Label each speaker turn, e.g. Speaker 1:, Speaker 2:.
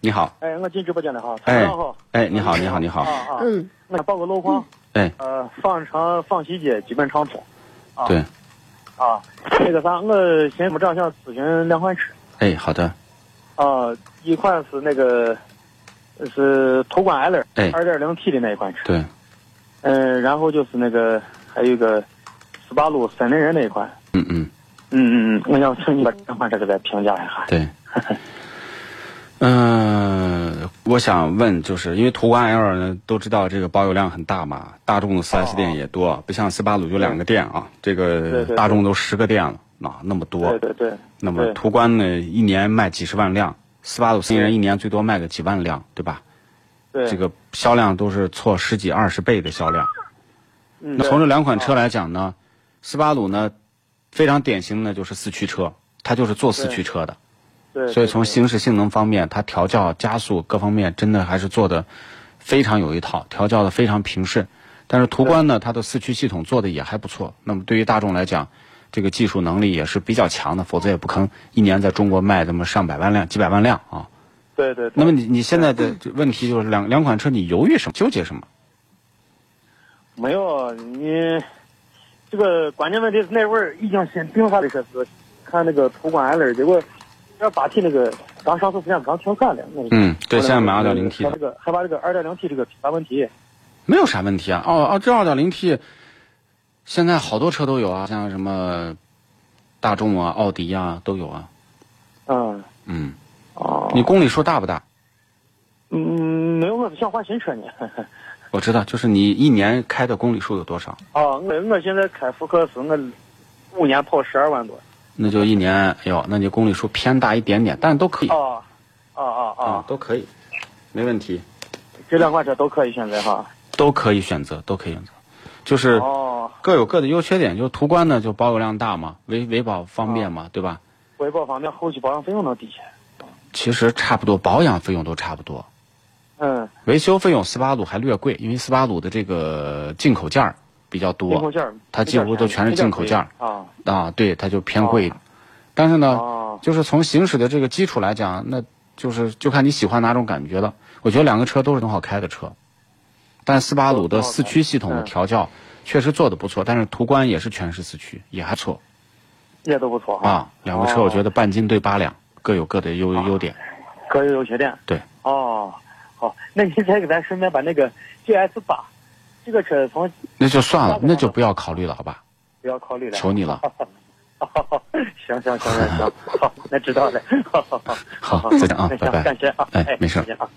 Speaker 1: 你好，
Speaker 2: 哎，我进直播间了哈，
Speaker 1: 哎
Speaker 2: 上好，
Speaker 1: 哎，你好，你好，你
Speaker 2: 啊
Speaker 1: 好，
Speaker 2: 啊，
Speaker 3: 嗯，
Speaker 2: 我报个路况，
Speaker 1: 哎，
Speaker 2: 呃，放长放西街基本畅通
Speaker 1: 对，
Speaker 2: 啊。那个啥，我寻思么长想咨询两款车
Speaker 1: 哎，好的，
Speaker 2: 啊，一款是那个是途观 L，
Speaker 1: 哎
Speaker 2: 二点零 T 的那一款车，
Speaker 1: 对，
Speaker 2: 嗯，然后就是那个还有一个斯巴鲁森林人那一款，
Speaker 1: 嗯嗯，
Speaker 2: 嗯嗯嗯，我想请你把这两款车给咱评价一下。
Speaker 1: 对， 嗯、我想问，就是因为途观 L 呢，都知道这个保有量很大嘛，大众的 4S 店也多，不像斯巴鲁就两个店啊，这个
Speaker 2: 啊对对
Speaker 1: 大众都十个店了，啊，那么多，
Speaker 2: 对对对，
Speaker 1: 那么
Speaker 2: 对
Speaker 1: 途观呢，一年卖几十万辆，斯巴鲁森林人一年最多卖个几万辆，对吧？
Speaker 2: 对
Speaker 1: 这个销量都是错十几二十倍的销量。
Speaker 2: 嗯
Speaker 1: 那从这两款车来讲呢，斯巴鲁呢非常典型的就是四驱车，它就是做四驱车的，
Speaker 2: 对，对
Speaker 1: 所以从行驶性能方面，它调教、加速各方面真的还是做的非常有一套，调教的非常平顺。但是途观呢，它的四驱系统做的也还不错。那么对于大众来讲，这个技术能力也是比较强的，否则也不可能一年在中国卖这么上百万辆、几百万辆啊。
Speaker 2: 对对，对
Speaker 1: 那么你你现在的这问题就是两两款车你犹豫什么纠结什么？
Speaker 2: 没有，你这个关键问题是那会儿已经先定下的车是看那个途观 L，结果要把 T 那个刚上市时间不长停产了。我跟你说
Speaker 1: 嗯对现在买 2.0T 的
Speaker 2: 还把这个还把这个二点零 T 这个品牌问题，
Speaker 1: 没有啥问题啊。哦哦，这二点零 T 现在好多车都有啊，像什么大众啊、奥迪啊都有啊。
Speaker 2: 嗯，
Speaker 1: 嗯，
Speaker 2: 哦，
Speaker 1: 你公里数大不大？
Speaker 2: 嗯，没有，我是想换新车呢。
Speaker 1: 我知道，就是你一年开的公里数有多少？
Speaker 2: 啊，我我现在开福克斯，我五年跑十二万多。
Speaker 1: 那就一年，哎呦，那你公里数偏大一点点，但都可以
Speaker 2: 啊啊啊啊！
Speaker 1: 都可以，没问题，
Speaker 2: 这两款车都可以选择哈。
Speaker 1: 都可以选择，都可以选择，就是
Speaker 2: 哦，
Speaker 1: 各有各的优缺点。就是途观呢，就保有量大嘛，维维保方便嘛，对吧？
Speaker 2: 维保方面后期保养费用能低些。
Speaker 1: 其实差不多，保养费用都差不多，
Speaker 2: 嗯，
Speaker 1: 维修费用斯巴鲁还略贵，因为斯巴鲁的这个进口件儿比较
Speaker 2: 进口
Speaker 1: 多
Speaker 2: 件儿
Speaker 1: 它几乎都全是进口件儿
Speaker 2: 啊。
Speaker 1: 啊，对，它就偏贵。但是呢，
Speaker 2: 哦
Speaker 1: 就是从行驶的这个基础来讲，那就是就看你喜欢哪种感觉了。我觉得两个车都是很好开的车，但斯巴
Speaker 2: 哦
Speaker 1: 鲁的四驱系
Speaker 2: 嗯
Speaker 1: 统的调教确实做的不错，但是途观也是全是四驱，也还不错
Speaker 2: 也都不错哈
Speaker 1: 啊。两个车我觉
Speaker 2: 得
Speaker 1: 得半斤对八两，各有各的优
Speaker 2: 哦
Speaker 1: 优点。
Speaker 2: 各有优缺点。
Speaker 1: 对，
Speaker 2: 哦，好，那你再给咱顺便把那个 GS 八这个车从
Speaker 1: 那就算
Speaker 2: 哦
Speaker 1: 了，那就不要考虑了，好吧？
Speaker 2: 不要考虑了。
Speaker 1: 求你 了。
Speaker 2: 行行行行行，好， 那知道了。好好好，
Speaker 1: 好，再见啊
Speaker 2: 那，行
Speaker 1: 拜拜。
Speaker 2: 感谢啊，
Speaker 1: 哎没事
Speaker 2: 再见啊。